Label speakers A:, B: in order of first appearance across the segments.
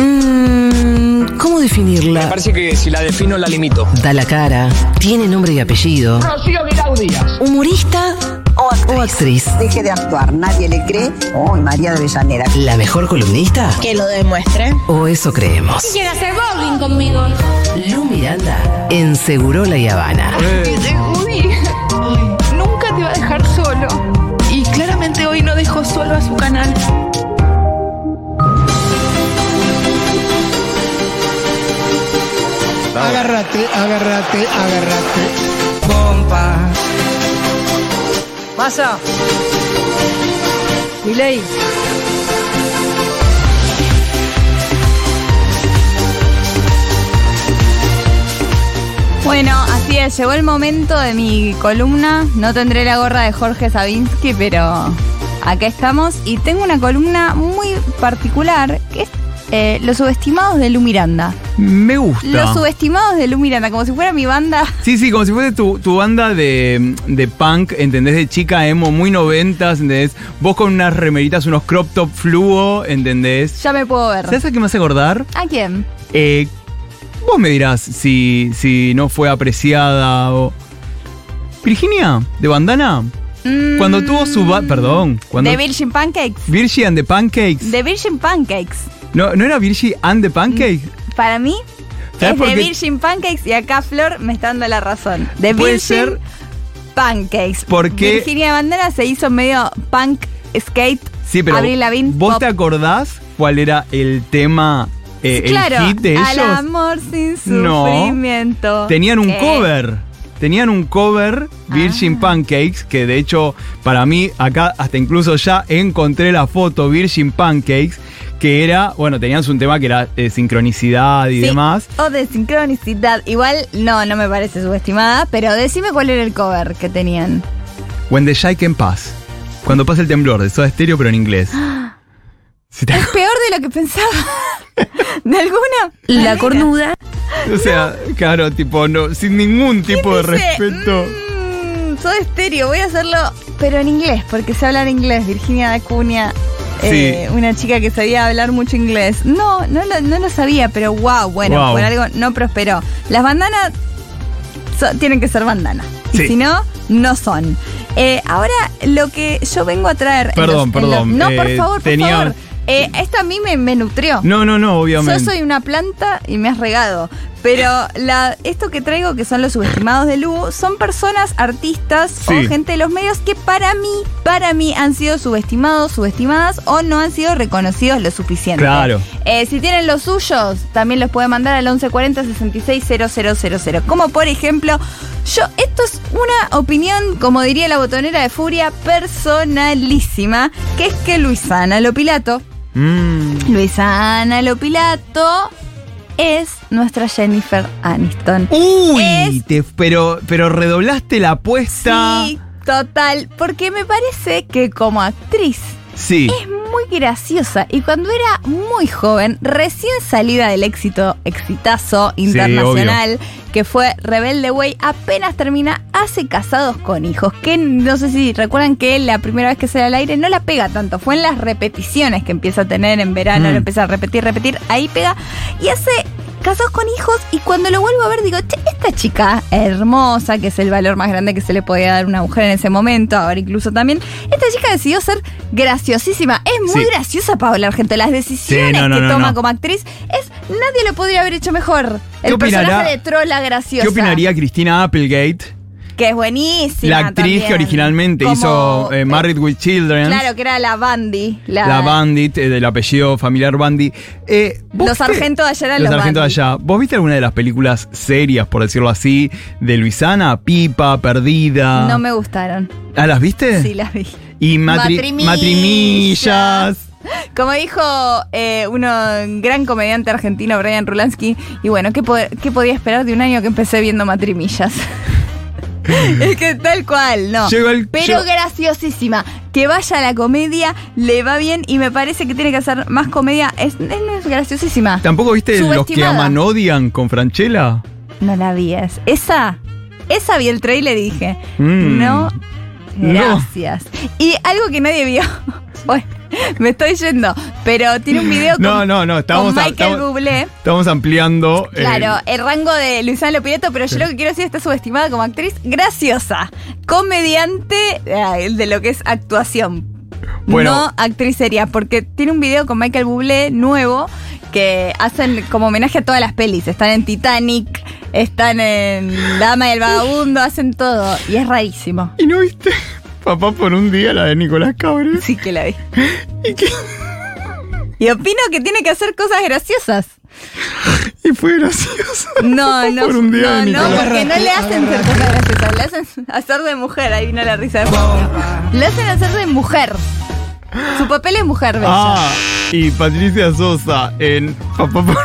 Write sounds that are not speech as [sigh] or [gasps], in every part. A: Mm, definirla.
B: Parece que si la defino la limito.
A: Da la cara, tiene nombre y apellido.
B: Rocío Vidal Díaz.
A: Humorista o actriz.
C: Deje de actuar, nadie le cree. Oh, María de Avellanera.
A: ¿La mejor columnista?
D: Que lo demuestre.
A: O eso creemos.
E: Quiere hacer bowling conmigo.
A: Lu Miranda en Segurola y Habana.
F: Woody nunca te va a dejar solo. Y claramente hoy no dejó solo a su canal.
G: Agárrate, agárrate, agárrate.
H: Masa. Milei.
I: Bueno, así es, llegó el momento de mi columna. No tendré la gorra de Jorge Sabinsky, pero acá estamos. Y tengo una columna muy particular, que es eh, Los subestimados de Lu Miranda.
J: Me gusta.
I: Los subestimados de Lu Miranda, como si fuera mi banda. [laughs]
J: Sí, sí, como si fuese tu, tu banda de, de punk, ¿entendés? De chica emo, muy noventas, ¿entendés? Vos con unas remeritas, unos crop top fluo, ¿entendés?
I: Ya me puedo ver.
J: ¿Sabes a qué me hace acordar?
I: ¿A quién?
J: Eh, vos me dirás si, si no fue apreciada o... Virginia, de bandana, cuando tuvo su... ba- Perdón, cuando...
I: The Mm, Virgin Pancakes.
J: Virgie and the Pancakes.
I: The Virgin Pancakes.
J: No, ¿no era Virgie and the Pancakes?
I: Para mí,
J: ¿Sabes
I: es
J: por
I: The
J: qué?
I: Virgin Pancakes y acá Flor me está dando la razón. The
J: Puede
I: Virgin
J: ser.
I: Pancakes.
J: ¿Por qué?
I: Virginia Bandera se hizo medio punk, skate,
J: Sí, pero
I: Avril Lavigne,
J: ¿vos
I: pop.
J: te acordás cuál era el tema, eh,
I: claro,
J: el hit de ellos?
I: al amor sin
J: No.
I: sufrimiento. Eh,
J: Tenían un
I: ¿Qué?
J: cover. Tenían un cover Virgin
I: Ah.
J: Pancakes, que de hecho para mí acá hasta incluso ya encontré la foto Virgin Pancakes, que era, bueno, tenían un tema que era eh, sincronicidad y
I: Sí,
J: demás.
I: O de sincronicidad. Igual, no, no me parece subestimada, pero decime cuál era el cover que
J: [laughs]
I: tenían.
J: When the Shaken Pass. Cuando pasa el temblor de Soda Stereo, pero
I: [gasps]
J: en inglés. Si te-
I: Es peor de lo que pensaba. [laughs] ¿De alguna?
E: La cornuda.
J: o sea, claro, tipo, no, sin ningún tipo de
I: Dice,
J: respeto.
I: "Mm, soy estéreo, voy a hacerlo, pero en inglés, porque sé hablar inglés. Virginia Acuña, eh, una chica que sabía hablar mucho inglés. No, no lo, no lo sabía, pero wow, bueno,
J: Guau.
I: por algo no prosperó. Las bandanas so- tienen que ser bandanas.
J: Sí.
I: Y si no, no son. Eh, ahora, lo que yo vengo a traer. en
J: Perdón,
I: los- en los-
J: perdón,
I: no, por
J: eh,
I: favor,
J: tenía-
I: por favor. Eh, esto a mí me, me nutrió.
J: No, no, no, obviamente.
I: Yo soy una planta y me has regado. Pero la, esto que traigo, que son los subestimados de Lu, son personas, artistas
J: Sí.
I: o gente de los medios que para mí, para mí han sido subestimados, subestimadas o no han sido reconocidos lo suficiente.
J: Claro.
I: Eh, si tienen los suyos, también los pueden mandar al 1140 660000. Como por ejemplo, yo, esto es una opinión, como diría la botonera de Furia, personalísima, que es que Luisana Lopilato,
J: Mm,
I: Luisana Lopilato es nuestra Jennifer Aniston.
J: Uy,
I: Es-
J: te- pero, pero redoblaste la apuesta.
I: Sí, total, porque me parece que como actriz
J: Sí.
I: es muy graciosa y cuando era muy joven, recién salida del éxito, exitazo internacional, que fue Rebelde Way, apenas termina, hace casados con hijos, que no sé si recuerdan que la primera vez que sale al aire no la pega tanto, fue en las repeticiones que empieza a tener en verano,
J: Mm.
I: lo empieza a repetir, repetir, ahí pega y hace... Casados con hijos y cuando lo vuelvo a ver digo, che, esta chica hermosa, que es el valor más grande que se le podía dar a una mujer en ese momento, ahora incluso también, esta chica decidió ser graciosísima. Es muy
J: Sí.
I: graciosa Paola Argento. Las decisiones
J: Sí, no, no,
I: que
J: no,
I: toma
J: no.
I: como actriz es nadie lo podría haber hecho mejor.
J: ¿Qué
I: El
J: opinará-
I: personaje de trola graciosa.
J: ¿Qué opinaría Cristina Applegate,
I: Que es buenísima.
J: la actriz que
I: también.
J: originalmente
I: Como,
J: hizo eh,
I: eh,
J: Married with Children?
I: Claro, que era la Bandy. La,
J: La Bandit, eh, del apellido familiar Bandit. Eh, ¿vos
I: Los
J: viste-
I: Argento de allá eran
J: Los
I: los
J: Argento de
I: Bandit.
J: allá. ¿Vos viste alguna de las películas serias, por decirlo así, de Luisana? Pipa, Perdida.
I: No me gustaron.
J: ¿Ah, las viste?
I: Sí, las vi.
J: Y matri-
I: Matrimillas.
J: Matrimillas.
I: Como dijo eh, uno gran comediante argentino, Brian Rulansky, y bueno, ¿qué, po- qué podía esperar de un año que empecé viendo matrimillas? [laughs] es que tal cual, no.
J: Llegó el-
I: Pero
J: llegó-
I: graciosísima. Que vaya a la comedia, le va bien y me parece que tiene que hacer más comedia. Es, es- no es graciosísima.
J: ¿Tampoco viste Los que
I: Subestimada.
J: aman odian con Franchella?
I: No la vi. es- Esa, esa vi el trailer y dije,
J: Mm.
I: no,
J: No.
I: gracias. Y algo que nadie vio. [laughs] Bueno, Me estoy yendo. Pero tiene un video con,
J: No, no, no, estamos
I: con
J: a-
I: Michael
J: estamos- Eh.
I: Bublé.
J: Estamos ampliando. eh,
I: Claro, el rango de Luisana Lopireto, pero yo lo que quiero decir está subestimada como actriz graciosa, comediante eh, de lo que es actuación.
J: Bueno.
I: no actriz seria, porque tiene un video con Michael Bublé nuevo que hacen como homenaje a todas las pelis. Están en Titanic, están en Dama y el Vagabundo, hacen todo. Y es rarísimo.
J: ¿Y no viste? Papá por un día, la de Nicolás Cabrera.
I: Sí que la vi.
J: ¿Y qué?
I: Y opino que tiene que hacer cosas graciosas.
J: Y fue gracioso.
I: No, no.
J: [laughs] Por un día
I: no, no,
J: de Nicolás.
I: porque no le hacen ser cosas graciosas, le hacen hacer de mujer, ahí vino la risa de Pablo. Le hacen hacer de mujer. Su papel es mujer, bella.
J: Ah, y Patricia Sosa en Papá por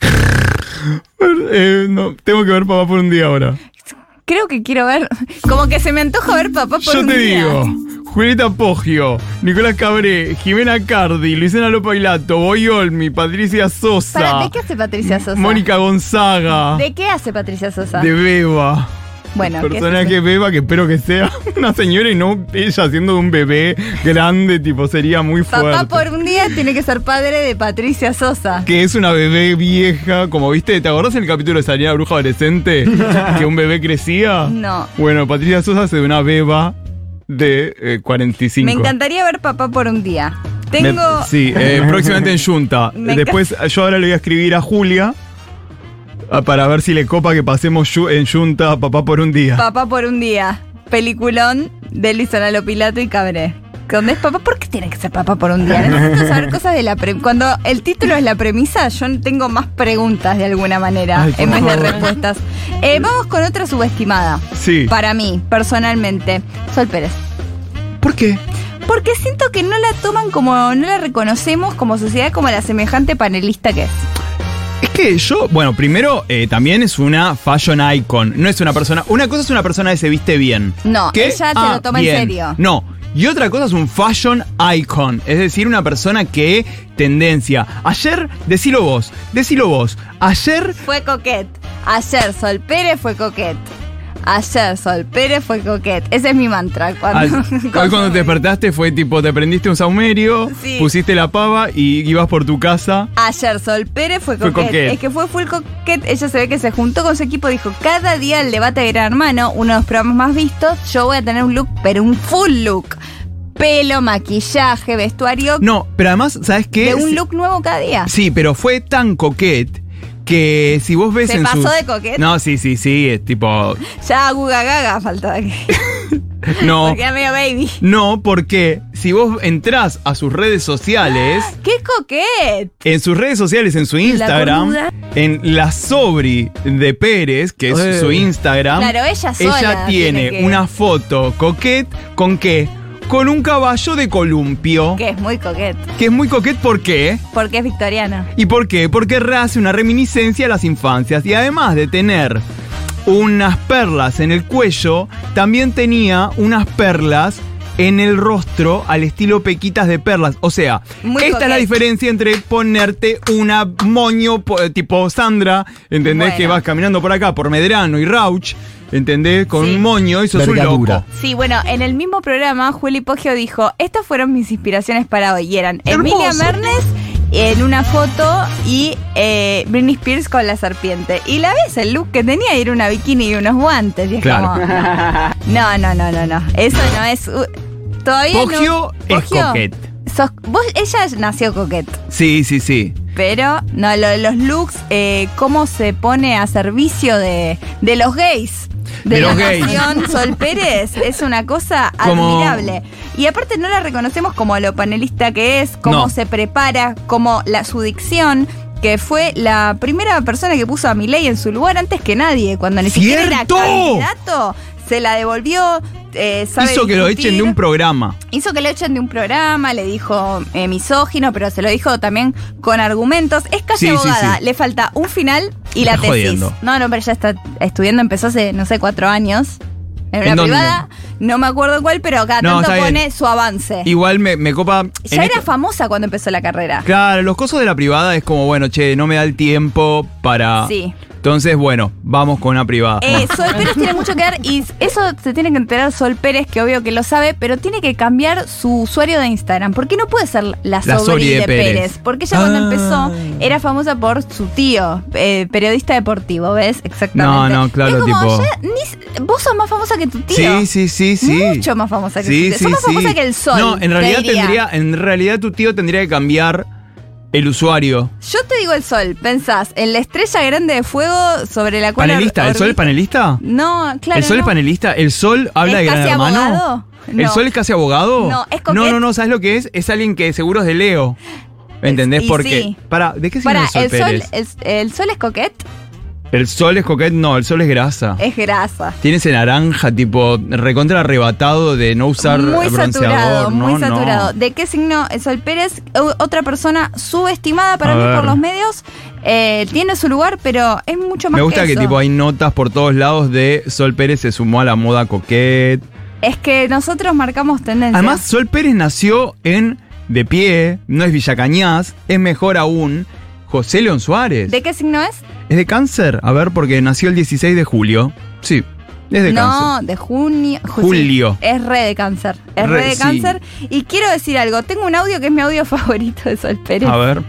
J: [laughs] Eh, no, tengo que ver Papá por un día ahora.
I: Creo que quiero ver. Como que se me antoja ver papá por
J: Yo
I: un
J: te
I: día.
J: digo, Julieta Poggio, Nicolás Cabré, Jimena Cardi, Luisana Lopailato, Boy Olmi, Patricia
I: Pará,
J: Sosa,
I: ¿De qué hace Patricia Sosa?
J: Mónica Gonzaga,
I: ¿De qué hace Patricia Sosa?
J: de Beba.
I: bueno, ¿qué
J: personaje
I: es eso?
J: Beba que espero que sea una señora y no ella siendo un bebé grande, tipo, sería muy fuerte.
I: Papá por un día tiene que ser padre de Patricia Sosa.
J: Que es una bebé vieja, como viste, ¿te acordás en el capítulo de Salía Bruja
I: [laughs]
J: Adolescente? que un bebé crecía.
I: No.
J: Bueno, Patricia Sosa hace de una beba de eh, 45.
I: Me encantaría ver papá por un día.
J: Me-
I: Tengo.
J: sí,
I: [laughs]
J: eh, próximamente en Junta.
I: Me
J: Después yo ahora le voy a escribir a Julia ah, para ver si le copa que pasemos yu- en Junta a papá por un día.
I: Papá por un día. Peliculón de Luisana Lopilato y Cabré. ¿Dónde es papá? ¿Por qué tiene que ser papá por un día? Necesito
J: [laughs]
I: saber cosas de la pre Cuando el título es la premisa, yo tengo más preguntas de alguna manera,
J: Ay, por
I: en vez de
J: favor.
I: respuestas. Eh, vamos con otra subestimada.
J: Sí.
I: Para mí, personalmente. Sol Pérez.
J: ¿Por qué?
I: Porque siento que no la toman como, no la reconocemos como sociedad como la semejante panelista que es.
J: Es que yo, bueno, primero eh, también es una fashion icon. No es una persona. Una cosa es una persona que se viste bien.
I: No,
J: ¿Qué?
I: ella se
J: Ah,
I: lo toma en
J: bien.
I: serio.
J: No. Y otra cosa es un fashion icon. Es decir, una persona que tendencia. Ayer, decilo vos, decilo vos. Ayer.
I: fue coquet. Ayer Sol Pérez fue coquet. Ayer Sol Pérez fue coquet. Ese es mi mantra. [laughs] Cuando,
J: al- hoy cuando te despertaste fue tipo, te prendiste un saumerio,
I: Sí.
J: pusiste la pava y ibas por tu casa.
I: Ayer Sol Pérez fue
J: Fue
I: coquet.
J: coquet.
I: Es que fue full coquet. Ella se ve que se juntó con su equipo. Dijo, cada día el debate de Gran Hermano, uno de los programas más vistos, yo voy a tener un look, pero un full look. Pelo, maquillaje, vestuario.
J: No, pero además, ¿sabes qué?
I: de
J: Sí.
I: un look nuevo cada día.
J: Sí, pero fue tan coquete que si vos ves
I: ¿Se
J: en
I: pasó
J: sus-
I: de coquete?
J: No, sí, sí, sí, es
I: [laughs]
J: tipo...
I: Ya Guga Gaga faltaba aquí.
J: No,
I: Porque era medio baby.
J: no, porque si vos entrás a sus redes sociales,
I: ¡Qué coquet!
J: en sus redes sociales, en su Instagram,
I: cornuda?
J: en la Sobri de Pérez, que es
G: Eh.
J: su Instagram,
I: Claro, ella sola
J: ella
I: tiene
J: tiene
I: que-
J: una foto coquete con qué? Con un caballo de columpio,
I: Que es muy coquet.
J: que es muy coquete, ¿por qué?
I: Porque es victoriana.
J: ¿Y por qué? Porque hace una reminiscencia a las infancias y además de tener unas perlas en el cuello, también tenía unas perlas en el rostro al estilo pequitas de perlas. O sea,
I: Muy
J: esta es la
I: coquete.
J: diferencia entre ponerte una moño po- eh, tipo Sandra, ¿entendés?
I: Bueno.
J: Que vas caminando por acá, por Medrano y Rauch, ¿entendés? Con
I: Sí.
J: un moño y sos
G: Vergadura.
J: un loco.
I: Sí, bueno, en el mismo programa, Juli Poggio dijo: Estas fueron mis inspiraciones para hoy. Y eran Emilia Mernes en una foto y eh, Britney Spears con la serpiente. Y la ves, el look que tenía era una bikini y unos guantes. Y es
J: Claro.
I: como, No, no, no, no, no. Eso no es. u- todavía. no-
J: Poggio es
I: Poggio,
J: coquet.
I: sos- vos, ella nació coquet.
J: Sí, sí, sí.
I: Pero, no, lo de los looks, eh, cómo se pone a servicio de, de los gays. De,
J: De
I: la
J: los gays.
I: nación Sol Pérez es una cosa
J: [laughs] Como-
I: admirable. Y aparte no la reconocemos como lo panelista que es, cómo
J: No.
I: se prepara, como la, su dicción, que fue la primera persona que puso a Milei en su lugar antes que nadie, cuando ni siquiera era
J: ¡Cierto!
I: candidato, se la devolvió. eh, sabe
J: Hizo que lo
I: discutir.
J: echen de un programa.
I: Hizo que lo echen de un programa, le dijo eh, misógino, pero se lo dijo también con argumentos. Es casi
J: Sí, sí,
I: abogada,
J: sí.
I: le falta un final y la
J: Está
I: tesis.
J: jodiendo.
I: No, no, pero ya está estudiando, empezó hace, no sé, cuatro años. En una
J: ¿En dónde?
I: privada, no me acuerdo cuál, pero cada
J: No,
I: tanto
J: está
I: pone
J: bien.
I: su avance.
J: Igual me, me copa. en
I: Eh. ya era
J: esto-
I: famosa cuando empezó la carrera.
J: Claro, los cosos de la privada es como, bueno, che, no me da el tiempo para.
I: Sí.
J: Entonces, bueno, vamos con una privada. [laughs]
I: Eh, Sol Pérez tiene mucho que ver y eso se tiene que enterar Sol Pérez, que obvio que lo sabe, pero tiene que cambiar su usuario de Instagram, porque no puede ser la,
J: La
I: Sobri de, Pérez. porque ella cuando
J: Ah.
I: empezó era famosa por su tío, eh, periodista deportivo, ¿ves? Exactamente.
J: No, no, claro,
I: Es como,
J: tipo-
I: ya ni s- vos sos más famosa que tu tío.
J: Sí, sí, sí, sí.
I: Mucho más famosa que tu tío. Sos más famosa que el sol,
J: No, en
I: te
J: realidad
I: diría.
J: tendría, en realidad tu tío tendría que cambiar el usuario.
I: Yo te digo el sol, pensás en la estrella grande de fuego sobre la cual...
J: ¿Panelista? ¿El
I: orbita-
J: sol es panelista?
I: No, claro.
J: ¿El sol es
I: no.
J: panelista? ¿El sol habla
I: ¿Es
J: de gran
I: casi
J: hermano?
I: abogado?
J: ¿El
I: No.
J: sol es casi abogado?
I: No, es
J: No,
I: complet-
J: no, no, ¿sabes lo que es? Es alguien que seguro es de Leo. ¿Entendés
I: Y
J: por
I: sí.
J: qué? Para, ¿de qué signo
I: Para,
J: es el sol,
I: el, sol,
J: Pérez?
I: el, el sol es coquete,
J: El sol es coquet, no, el sol es grasa.
I: es grasa.
J: Tiene ese naranja, tipo, recontra arrebatado de no usar
I: muy
J: bronceador.
I: saturado,
J: no,
I: muy
J: no.
I: saturado. ¿De qué signo es Sol Pérez? O- Otra persona subestimada para
J: A
I: mí por
J: ver.
I: los medios. Eh, tiene su lugar, pero es mucho más
J: Me gusta que,
I: eso.
J: tipo hay notas por todos lados de Sol Pérez se sumó a la moda coquet.
I: Es que nosotros marcamos tendencia.
J: Además, Sol Pérez nació en De Pie, no es Villacañás, es mejor aún José León Suárez.
I: ¿de qué signo es?
J: ¿Es de cáncer? A ver, porque nació el 16 de julio. Sí, es de cáncer.
I: no, de junio. ju- sí,
J: Julio.
I: es re de cáncer. Es re,
J: Re,
I: de
J: sí.
I: cáncer. Y quiero decir algo. Tengo un audio que es mi audio [laughs] favorito de Sol Pérez.
J: A ver.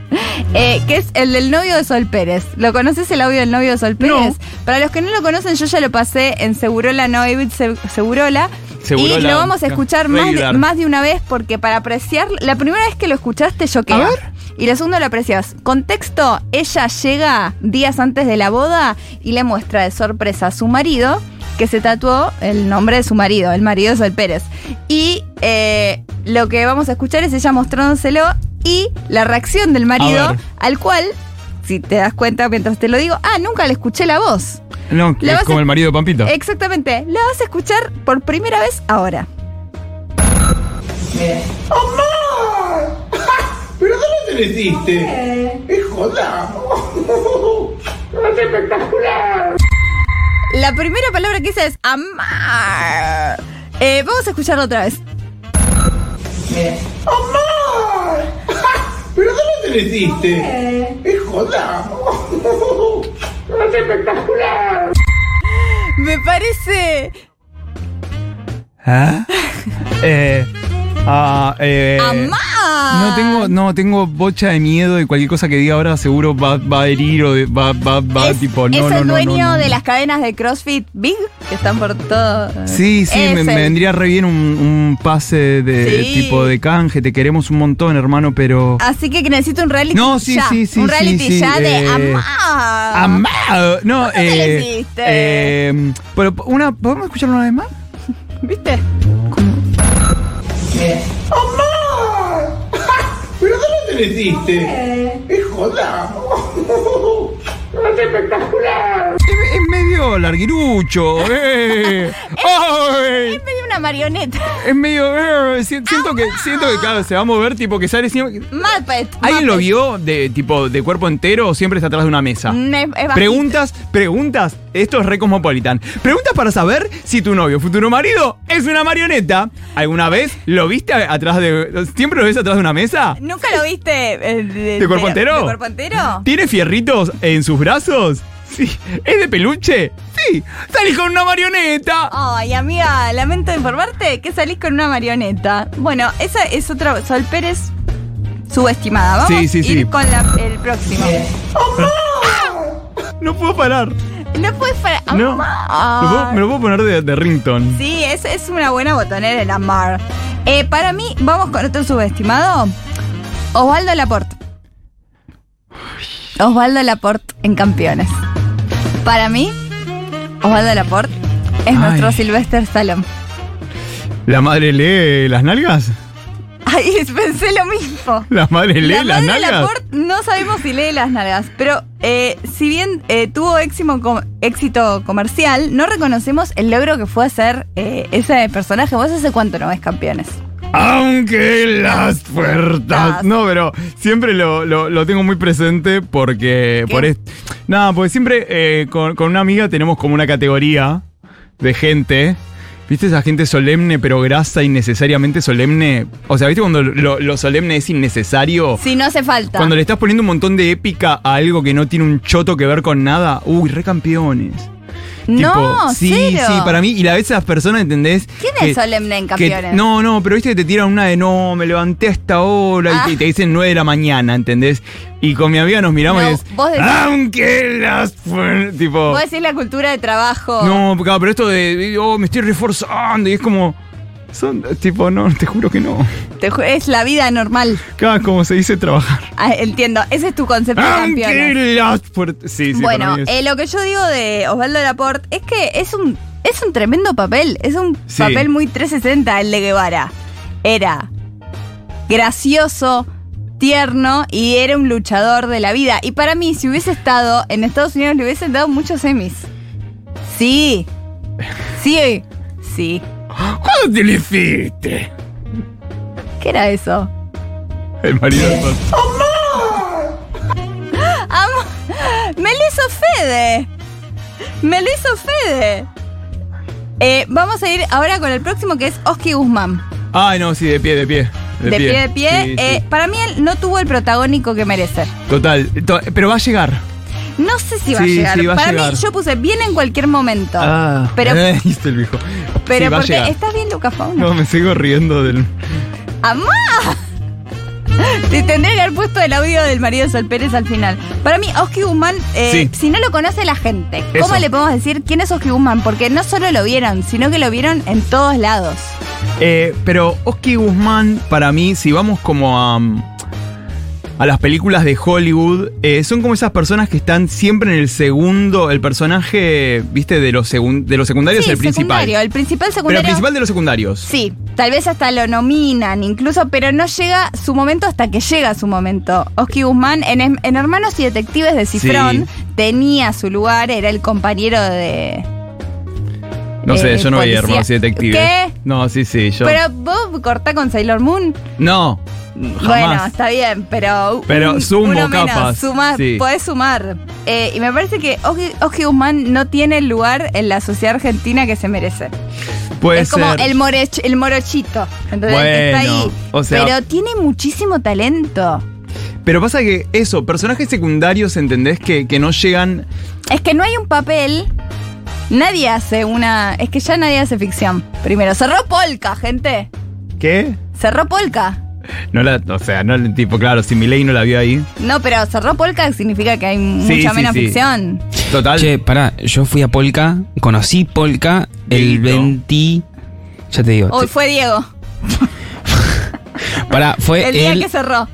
I: Eh, que es el del novio de Sol Pérez. ¿Lo conoces el audio del novio de Sol Pérez? Para los que no lo conocen, yo ya lo pasé en Segurola, no David Se- Segurola.
J: Segurola.
I: Y lo vamos a escuchar más de,
J: Regular.
I: más de una vez porque para apreciar, la primera vez que lo escuchaste yo
J: A
I: quedé.
J: ver.
I: Y la segunda lo aprecias. Contexto, ella llega días antes de la boda y le muestra de sorpresa a su marido que se tatuó el nombre de su marido, el marido de Sol Pérez. Y eh, lo que vamos a escuchar es ella mostrándoselo y la reacción del marido
J: ver.
I: al cual, si te das cuenta mientras te lo digo, ah, nunca le escuché la voz.
J: No,
I: La vas a-
J: es como el marido de Pampita.
I: Exactamente, la vas a escuchar por primera vez ahora.
G: ¿Pero dónde te metiste? ¡Es joda! ¡Es espectacular!
I: La primera palabra que dice es amar. Eh, vamos a escucharlo otra vez.
G: ¡Amor! ¿Pero dónde te metiste? ¡Es joda! ¡Es espectacular!
I: Me parece
J: ¿Ah? [laughs] eh, ah, eh,
I: amar.
J: No tengo, no, tengo bocha de miedo y cualquier cosa que diga ahora seguro va, va a herir o de- va, va, va
I: es,
J: tipo, no,
I: es
J: no,
I: el
J: no, no,
I: dueño
J: no.
I: de las cadenas de CrossFit Big que están por todo.
J: Sí, sí,
I: Es
J: me, me
I: él.
J: vendría re bien un, un pase de
I: Sí.
J: tipo de canje, te queremos un montón, hermano, pero...
I: Así que necesito un reality
J: No, sí,
I: ya.
J: sí, sí,
I: Un
J: sí,
I: reality
J: sí,
I: ya de
J: eh,
I: amar.
J: Amado. No,
I: ¿Cómo te la
J: eh,
I: hiciste?
J: eh, pero una, ¿podemos escucharlo una vez más?
I: ¿Viste?
G: ¡Amor! [laughs] ¿Pero dónde te metiste? ¡Es joda! [laughs] ¡Es espectacular!
J: Es, es medio larguirucho.
I: [laughs]
J: eh.
I: Me
J: Ay.
I: dio una marioneta.
J: Es medio. eh, si- siento que, siento que claro, se va a mover, tipo que sale siempre.
I: Muppet.
J: ¿Alguien lo
I: Muppet.
J: vio de tipo de cuerpo entero o siempre está atrás de una mesa?
I: Mm, es- es bajito.
J: Preguntas, preguntas. Esto es re cosmopolitan. Preguntas para saber si tu novio, futuro marido, es una marioneta. ¿Alguna vez lo viste a- atrás de. ¿Siempre lo ves atrás de una mesa?
I: ¿Nunca lo viste? eh, ¿De,
J: ¿De cuerpo entero?
I: ¿De cuerpo entero?
J: ¿Tiene fierritos en sus brazos? Sí. ¿Es de peluche? Sí. Salís con una marioneta.
I: Ay, amiga, lamento informarte que salís con una marioneta. Bueno, esa es otra Sol Pérez subestimada. Vamos
J: Sí, sí,
I: a
J: sí.
I: ir con la- el próximo.
J: No puedo parar.
I: No puedes parar.
J: No.
I: Amar.
J: Lo puedo- me lo puedo poner de, de ringtone.
I: Ah. Sí, es, es una buena botonera el amar. Eh, para mí, vamos con otro subestimado. Osvaldo Laporte. Osvaldo Laporte en Campeones. Para mí, Osvaldo Laporte es
J: Ay.
I: nuestro Sylvester Stallone. [laughs]
J: ¿La madre lee las nalgas?
I: Ay, pensé lo mismo.
J: ¿La madre lee
I: La
J: las
I: madre
J: nalgas?
I: Laporte no sabemos si lee las nalgas, pero eh, si bien eh, tuvo éximo com- éxito comercial, no reconocemos el logro que fue hacer eh, ese personaje. ¿Vos hace cuánto no ves campeones?
J: Aunque las puertas. No, pero siempre lo, lo- lo tengo muy presente porque.
I: ¿Qué?
J: Por est- Nada, porque siempre eh, con, con una amiga tenemos como una categoría de gente. ¿Viste esa gente solemne pero grasa innecesariamente solemne? O sea, ¿viste cuando lo, lo solemne es innecesario?
I: Si no hace falta.
J: Cuando le estás poniendo un montón de épica a algo que no tiene un choto que ver con nada. Uy, recampeones.
I: No,
J: Tipo, sí,
I: cero.
J: sí, para mí. Y a veces las personas, ¿entendés?
I: ¿Quién
J: Que-
I: es solemne en
J: que-
I: campeones?
J: no, no, pero viste que te tiran una de no, me levanté hasta
I: Ah.
J: ahora y te, te dicen 9 de la mañana, ¿entendés? Y con mi amiga nos miramos
I: No,
J: y es.
I: vos decís-
J: Aunque las. fu-", Tipo.
I: Vos decís "Oh". la cultura de trabajo.
J: No, claro, pero esto de, de, oh, me estoy reforzando y es como. Son, tipo, no, te juro que no.
I: Te ju- es la vida normal.
J: Claro, como se dice trabajar.
I: Ah, entiendo. Ese es tu concepto de
J: ¡Ah,
I: campeones.
J: Aunque las puert- Sí, sí,
I: bueno,
J: para mí es-
I: eh, lo que yo digo de Osvaldo Laporte es que es un, es un tremendo papel. Es un
J: Sí.
I: papel muy 360 el de Guevara. Era gracioso, tierno y era un luchador de la vida. Y para mí, si hubiese estado en Estados Unidos, le hubiesen dado muchos Emmys. Sí. Sí. Sí.
J: ¿Cuándo te lo hiciste?
I: ¿Qué era eso?
J: El marido de Pat-
I: Amo- Me lo hizo Fede. Me lo hizo Fede. Eh, vamos a ir ahora con el próximo que es Oski Guzmán.
J: Ay, no, sí, de pie, de pie.
I: De, pie. de pie.
J: Sí,
I: Eh,
J: sí.
I: Para mí él no tuvo el protagónico que merece.
J: Total, to- pero va a llegar.
I: No sé si va a
J: Sí,
I: llegar.
J: sí, va a
I: para
J: llegar.
I: mí yo puse bien en cualquier momento.
J: [laughs]
I: pero
J: Viste Ah. el viejo.
I: pero
J: Sí, va a
I: porque
J: llegar.
I: estás bien, Lucas Fauna.
J: No, me sigo riendo del.
I: ¡Amá! Te tendré que haber puesto el audio del marido de Sol Pérez al final. Para mí, Oski Guzmán, eh,
J: Sí.
I: si no lo conoce la gente,
J: Eso.
I: ¿cómo le podemos decir quién es Oski Guzmán? Porque no solo lo vieron, sino que lo vieron en todos lados.
J: Eh, pero Oski Guzmán, para mí, si vamos como a. mm, a las películas de Hollywood, eh, son como esas personas que están siempre en el segundo. El personaje, viste, de los, segun- de los secundarios,
I: Sí,
J: el principal.
I: secundario, el principal
J: Pero el
I: secundario.
J: principal de los secundarios.
I: Sí, tal vez hasta lo nominan incluso, pero no llega su momento hasta que llega su momento. Oski Guzmán en, Em- en Hermanos y Detectives de Cifrón tenía su lugar, era el compañero de...
J: No sé,
I: Eh,
J: yo no vi
I: policía.
J: hermanos y detectives.
I: ¿Qué?
J: No, sí, sí, yo.
I: Pero vos cortá con Sailor Moon.
J: no.
I: Bueno,
J: Jamás.
I: está bien, pero.
J: Pero sumo,
I: uno menos,
J: capaz,
I: suma-
J: sí.
I: Podés sumar. Eh, y me parece que Oji Oji Guzmán no tiene el lugar en la sociedad argentina que se merece.
J: Puede
I: es como
J: ser.
I: el, morech- el morochito. ¿entendés? Que está
J: Bueno,
I: ahí.
J: o sea-
I: pero tiene muchísimo talento.
J: Pero pasa que eso, personajes secundarios, ¿entendés? Que, que no llegan.
I: Es que no hay un papel. Nadie hace una. Es que ya nadie hace ficción. Primero, cerró Polka, gente.
J: ¿Qué?
I: Cerró Polka.
J: No la, o sea, no el tipo, claro, si Milei no la vio ahí.
I: No, pero cerró Polka significa que hay mucha
J: sí,
I: menos
J: sí.
I: ficción.
J: Total.
D: Che, pará, yo fui a Polka, conocí Polka el
J: Lindo.
D: 20. Ya te digo.
I: Hoy fue Diego.
D: Pará,
J: Eh,
D: fue
I: El
D: el,
I: día que cerró.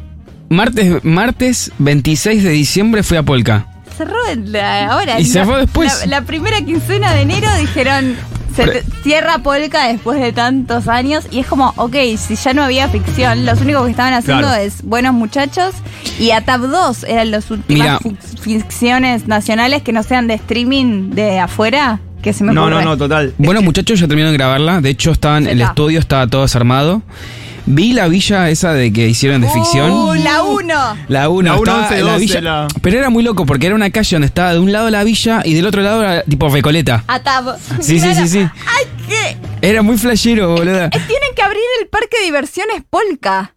D: martes, martes 26 de diciembre fui a Polka.
I: Cerró en la- ahora.
D: Y
I: en
D: cerró
I: la-
D: después.
I: La, la primera quincena de enero dijeron, se
D: Pre-
I: te- cierra Polka después de tantos años. Y es como, ok, si ya no había ficción, los únicos que estaban haciendo
J: Claro.
I: es Buenos Muchachos y ATAP 2 eran las últimas
D: Mira.
I: fic- ficciones nacionales que no sean de streaming de afuera. Que se me
J: No, no,
I: ocurre.
J: no, total.
D: Bueno, muchachos, ya terminaron de grabarla. De hecho, estaban, el
I: Está.
D: estudio estaba todo desarmado. Vi la villa esa de que hicieron de ficción.
I: Uh, la 1.
D: La 1,
J: La uno,
D: estaba
J: once,
D: la
J: doce,
D: villa.
J: la-
D: Pero era muy loco porque era una calle donde estaba de un lado la villa y del otro lado era tipo Recoleta.
I: ATAP.
D: Sí, sí, sí, sí.
I: Ay, que
D: Era muy flashero, boludo.
I: Eh, Tienen que abrir el parque de diversiones Polka.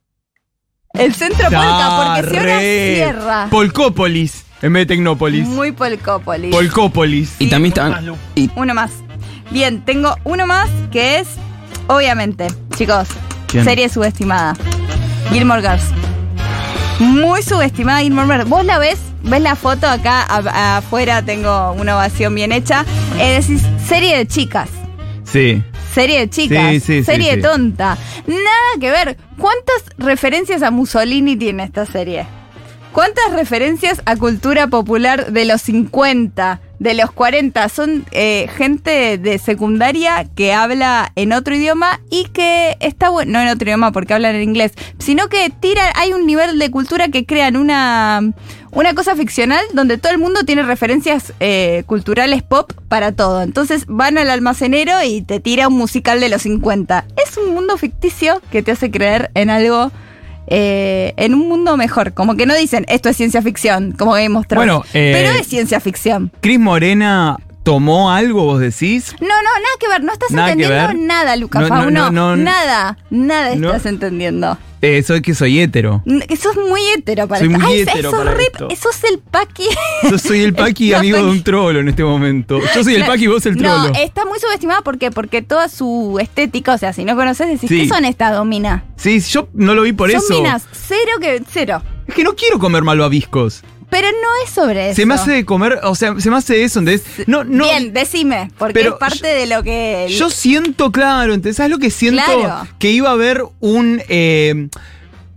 I: El centro Polka, porque si ahora
J: Tarre.
I: cierra.
J: Polcópolis, en vez de Tecnópolis.
I: Muy Polcópolis.
J: Polcópolis.
D: Y también estaban. y-
I: uno más. Bien, tengo uno más que es, obviamente, chicos,
J: ¿Quién?
I: serie subestimada. Gilmore Girls. Muy subestimada Gilmore Girls. Vos la ves, ves la foto acá a- afuera, tengo una ovación bien hecha. Es serie de chicas.
J: Sí.
I: Serie de chicas,
J: Sí, sí, sí,
I: serie
J: sí.
I: tonta. Nada que ver. ¿Cuántas referencias a Mussolini tiene esta serie? ¿Cuántas referencias a cultura popular de los 50, de los 40? Son eh, gente de secundaria que habla en otro idioma y que está bueno, no en otro idioma porque hablan en inglés, sino que tira, hay un nivel de cultura que crean una, una cosa ficcional donde todo el mundo tiene referencias eh, culturales pop para todo. Entonces van al almacenero y te tira un musical de los 50. Es un mundo ficticio que te hace creer en algo eh, en un mundo mejor. Como que no dicen esto es ciencia ficción, como Game of Thrones.
J: Bueno, eh,
I: pero es ciencia ficción.
J: Cris Morena tomó algo, vos decís?
I: No, no, nada que ver, no estás
J: Nada que
I: entendiendo
J: ver.
I: nada, Luca
J: No, no,
I: Fauno.
J: no, no, no.
I: nada, nada
J: No.
I: estás entendiendo.
J: Eh, soy que soy hétero.
I: N- Que sos muy hétero para
J: Soy
I: esto.
J: muy
I: Ay,
J: hétero
I: sos
J: para
I: re- eh,
J: esto.
I: sos el paqui.
J: Yo
I: [laughs]
J: soy el Paqui,
I: No
J: amigo
I: soy-
J: de un trolo en este momento. Yo soy el
I: Claro.
J: Paqui y vos el trolo.
I: No, está muy subestimada porque, porque toda su estética, o sea, si no conoces, decís,
J: Sí.
I: ¿qué son estas domina?
J: Sí, yo no lo vi por
I: son
J: eso.
I: minas, cero que cero.
J: Es que no quiero comer malvaviscos.
I: Pero no es sobre eso.
J: Se me hace de comer, o sea, se me hace eso, ¿entendés? No, no.
I: Bien, decime, porque
J: Pero
I: es parte de lo que.
J: Yo siento, claro, ¿entendés? ¿Sabes lo que siento?
I: Claro.
J: Que iba a haber un. eh,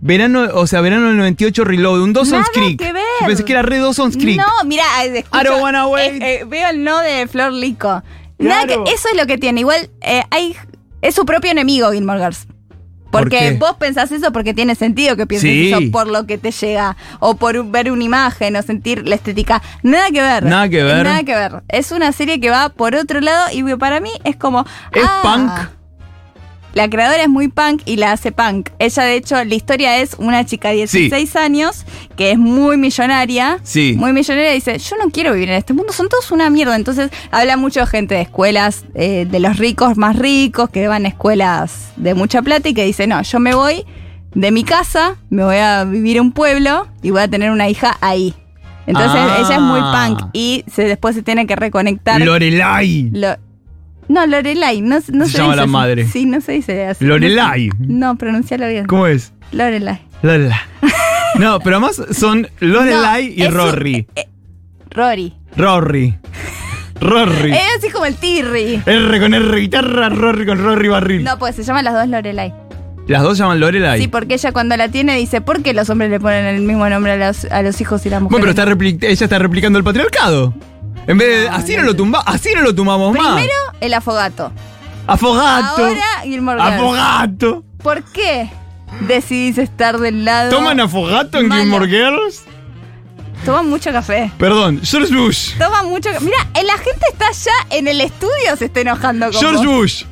J: Verano, o sea, verano del 98 reload, un Dawson's
I: Nada
J: Creek.
I: que ver.
J: Yo pensé que era re Dawson's Creek.
I: No, mira, eh, escucho-
J: I don't wanna wait.
I: eh, eh, veo el no de Flor Lico. Nada
J: Claro.
I: que- eso es lo que tiene. Igual eh, hay, es su propio enemigo, Gilmore Girls.
J: ¿Por
I: Porque
J: qué?
I: vos pensás eso porque tiene sentido que pienses
J: Sí.
I: eso por lo que te llega, o por un- ver una imagen, o sentir la estética. Nada que ver.
J: Nada que ver.
I: Nada que ver. Es una serie que va por otro lado y para mí es como.
J: ¿Es
I: ah,
J: punk?
I: la creadora es muy punk y la hace punk. Ella, de hecho, la historia es una chica de 16 años que es muy millonaria.
J: Sí.
I: Muy millonaria y dice, yo no quiero vivir en este mundo, son todos una mierda. Entonces habla mucho de gente de escuelas, eh, de los ricos más ricos, que van a escuelas de mucha plata y que dice, no, yo me voy de mi casa, me voy a vivir a un pueblo y voy a tener una hija ahí. Entonces
J: Ah.
I: ella es muy punk y se, después se tiene que reconectar.
J: Lorelai.
I: Lo- no, Lorelai, no, no
J: Se
I: se,
J: llama
I: dice
J: la
I: así.
J: madre.
I: Sí, no se dice así.
J: Lorelai.
I: No, pronuncialo bien.
J: ¿Cómo es?
I: Lorelai.
J: Lorelai. No, pero además son Lorelai
I: No,
J: y
I: es un-
J: Rory.
I: eh, eh, Rory.
J: Rory. Rory.
I: [laughs] Es así como el Tirri.
J: R con R guitarra, Rory con Rory barril.
I: No, pues se llaman las dos Lorelai.
J: Las dos llaman Lorelai.
I: Sí, porque ella cuando la tiene dice, ¿por qué los hombres le ponen el mismo nombre a los, a los hijos y las mujeres?
J: bueno, pero está repli- ella está replicando el patriarcado. En vez de
I: No,
J: así
I: no
J: no, lo tumba, así no lo tumbamos más.
I: Primero, el afogato.
J: Afogato.
I: Ahora, Gilmore Girls.
J: Ah, Afogato.
I: ¿Por qué decidís estar del lado?
J: ¿Toman afogato en
I: Malo.
J: Gilmore Girls?
I: Toman mucho café.
J: Perdón, George Bush.
I: Toman mucho café. Mira, la gente está ya en el estudio, se está enojando con
J: George
I: vos.
J: Bush.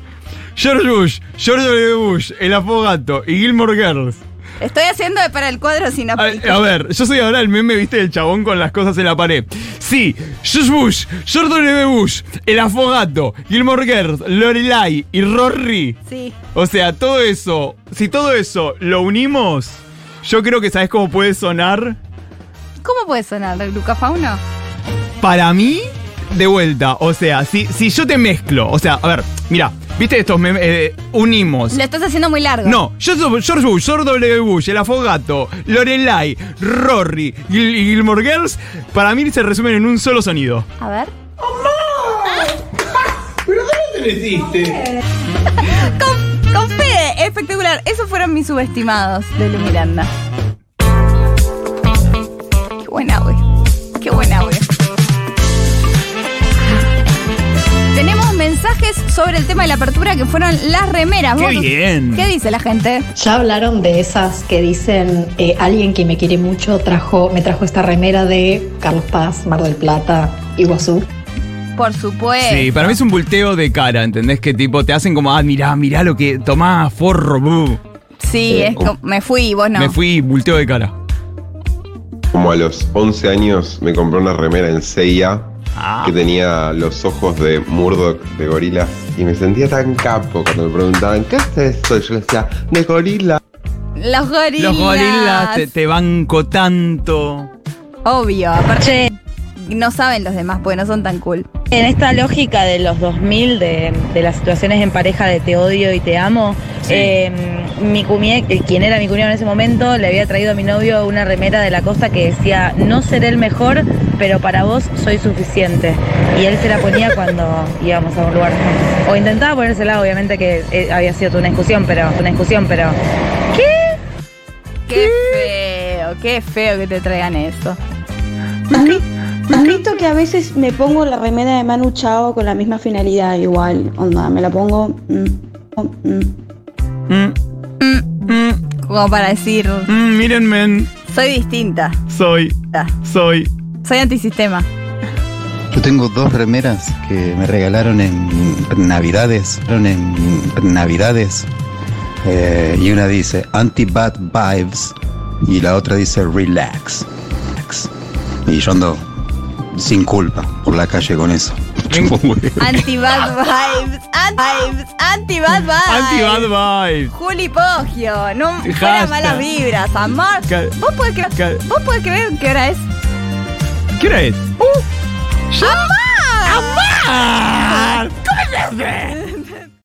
J: George Bush. George W. Bush. El afogato. Y Gilmore Girls.
I: Estoy haciendo de para el cuadro sin
J: A,
I: aplicar.
J: a ver, yo soy ahora el meme, viste, del chabón con las cosas en la pared. Sí, George Bush, George W. Bush, el afogato, Gilmore Girls, Lorelai y Rory.
I: Sí.
J: O sea, todo eso, si todo eso lo unimos, yo creo que sabes cómo puede sonar.
I: ¿Cómo puede sonar, Luca Fauno?
J: Para mí, de vuelta. O sea, si, si yo te mezclo, o sea, a ver, mira, viste estos memes, eh, unimos.
I: Lo estás haciendo muy largo.
J: No, yo soy George Bush, George W. Bush, el afogato, Lorelai, Rory y Gil- y Gilmore Girls, para mí se resumen en un solo sonido.
I: A ver.
G: ¿Pero dónde te metiste?
I: [laughs] Con, con Fede, espectacular. Esos fueron mis subestimados de Lu Miranda. Qué buen audio. Qué buen audio. Tenemos mensajes sobre el tema de la apertura que fueron las remeras.
J: ¡Qué
I: Vos-
J: bien!
I: ¿Qué dice la gente?
K: Ya hablaron de esas que dicen eh, alguien que me quiere mucho trajo, me trajo esta remera de Carlos Paz, Mar del Plata, Iguazú.
I: Por supuesto.
J: Sí, para mí es un volteo de cara, ¿entendés? Que tipo, te hacen como, ah, mirá, mirá lo que tomá, forro, bu.
I: Sí, es como- me fui y vos no.
J: Oh. Me fui volteo de cara.
L: Como a los 11 años me compré una remera en Seiya
J: Ah.
L: que tenía los ojos de Murdoch de gorila y me sentía tan capo cuando me preguntaban ¿qué es esto? Y yo decía, de gorila.
I: Los gorilas.
J: Los gorilas te, te banco tanto.
I: Obvio, aparte no saben los demás porque no son tan cool.
M: En esta lógica de los 2000, de, de las situaciones en pareja de te odio y te amo, eh, mi cuñe- eh, quien era mi cuñado en ese momento, le había traído a mi novio una remera de la costa que decía, no seré el mejor, pero para vos soy suficiente. Y él se la ponía cuando íbamos a un lugar. juntos. O intentaba ponérsela, obviamente que eh, había sido toda una discusión, pero una discusión, pero
I: Qué feo, qué feo que te traigan eso.
N: ¿Has visto que a veces me pongo la remera de Manu Chao con la misma finalidad igual? Onda, me la pongo... mm, mm, mm.
I: Como para decir,
J: Mm, miren, men,
I: soy distinta,
J: soy,
I: Ah,
J: soy.
I: soy antisistema.
O: Yo tengo dos remeras que me regalaron en Navidades, fueron en Navidades. Eh, y una dice anti-bad vibes y la otra dice relax. relax. Y yo ando sin culpa por la calle con eso.
J: chupo un huevo. [laughs]
I: Anti-bad vibes. Anti-vibes. Anti-bad vibes.
J: Anti-bad vibes.
I: Juli Poggio. No fuera
J: Hashtag.
I: malas vibras, amor.
J: Ca-
I: ¿Vos podés creer,
J: ca-
I: vos podés creer qué hora es?
J: ¿Qué hora es?
I: ¡Amar!
J: Ah. ¡Amar! ¿Cómo se hace?